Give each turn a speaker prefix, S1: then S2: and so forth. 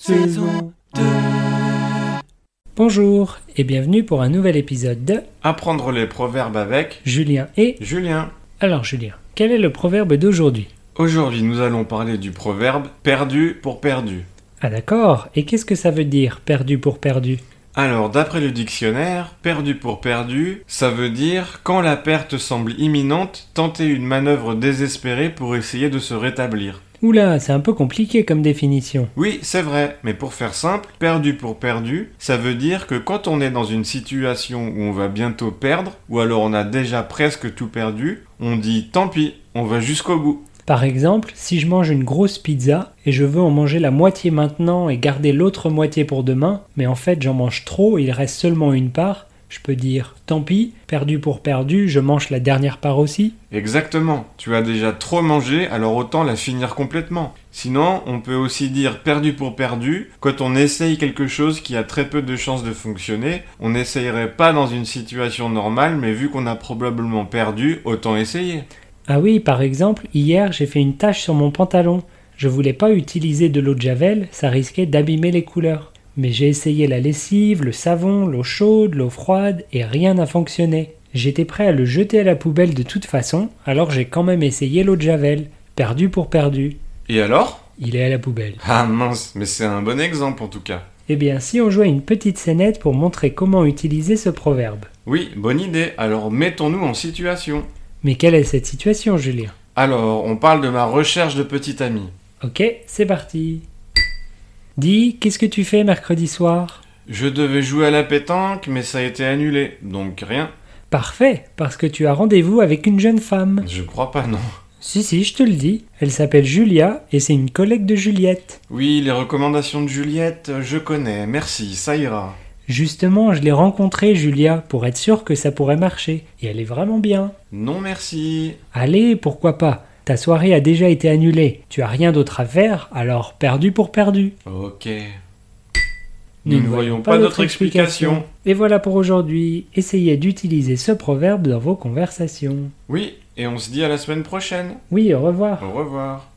S1: saison 2.
S2: Bonjour et bienvenue pour un nouvel épisode de
S1: Apprendre les proverbes avec
S2: Julien et...
S1: Julien.
S2: Alors Julien, quel est le proverbe d'aujourd'hui
S1: Aujourd'hui, nous allons parler du proverbe perdu pour perdu.
S2: Ah d'accord, et qu'est-ce que ça veut dire perdu pour perdu
S1: Alors, d'après le dictionnaire, perdu pour perdu, ça veut dire quand la perte semble imminente, tenter une manœuvre désespérée pour essayer de se rétablir.
S2: Oula, c'est un peu compliqué comme définition.
S1: Oui, c'est vrai, mais pour faire simple, perdu pour perdu, ça veut dire que quand on est dans une situation où on va bientôt perdre, ou alors on a déjà presque tout perdu, on dit tant pis, on va jusqu'au bout.
S2: Par exemple, si je mange une grosse pizza et je veux en manger la moitié maintenant et garder l'autre moitié pour demain, mais en fait j'en mange trop et il reste seulement une part, je peux dire tant pis, perdu pour perdu, je mange la dernière part aussi.
S1: Exactement, tu as déjà trop mangé, alors autant la finir complètement. Sinon, on peut aussi dire perdu pour perdu, quand on essaye quelque chose qui a très peu de chances de fonctionner, on n'essayerait pas dans une situation normale, mais vu qu'on a probablement perdu, autant essayer.
S2: Ah oui, par exemple, hier j'ai fait une tache sur mon pantalon. Je voulais pas utiliser de l'eau de javel, ça risquait d'abîmer les couleurs. Mais j'ai essayé la lessive, le savon, l'eau chaude, l'eau froide, et rien n'a fonctionné. J'étais prêt à le jeter à la poubelle de toute façon, alors j'ai quand même essayé l'eau de javel. Perdu pour perdu.
S1: Et alors
S2: Il est à la poubelle.
S1: Ah mince, mais c'est un bon exemple en tout cas.
S2: Eh bien, si on jouait une petite scénette pour montrer comment utiliser ce proverbe.
S1: Oui, bonne idée, alors mettons-nous en situation.
S2: Mais quelle est cette situation, Julien
S1: Alors, on parle de ma recherche de petit ami.
S2: Ok, c'est parti. Dis, qu'est-ce que tu fais mercredi soir
S1: Je devais jouer à la pétanque, mais ça a été annulé, donc rien.
S2: Parfait, parce que tu as rendez-vous avec une jeune femme.
S1: Je crois pas, non.
S2: Si, si, je te le dis. Elle s'appelle Julia et c'est une collègue de Juliette.
S1: Oui, les recommandations de Juliette, je connais, merci, ça ira.
S2: Justement, je l'ai rencontrée, Julia, pour être sûr que ça pourrait marcher. Et elle est vraiment bien.
S1: Non merci.
S2: Allez, pourquoi pas Ta soirée a déjà été annulée. Tu as rien d'autre à faire, alors perdu pour perdu.
S1: Ok.
S2: Nous ne voyons pas d'autre explication. Et voilà pour aujourd'hui. Essayez d'utiliser ce proverbe dans vos conversations.
S1: Oui, et on se dit à la semaine prochaine.
S2: Oui, au revoir.
S1: Au revoir.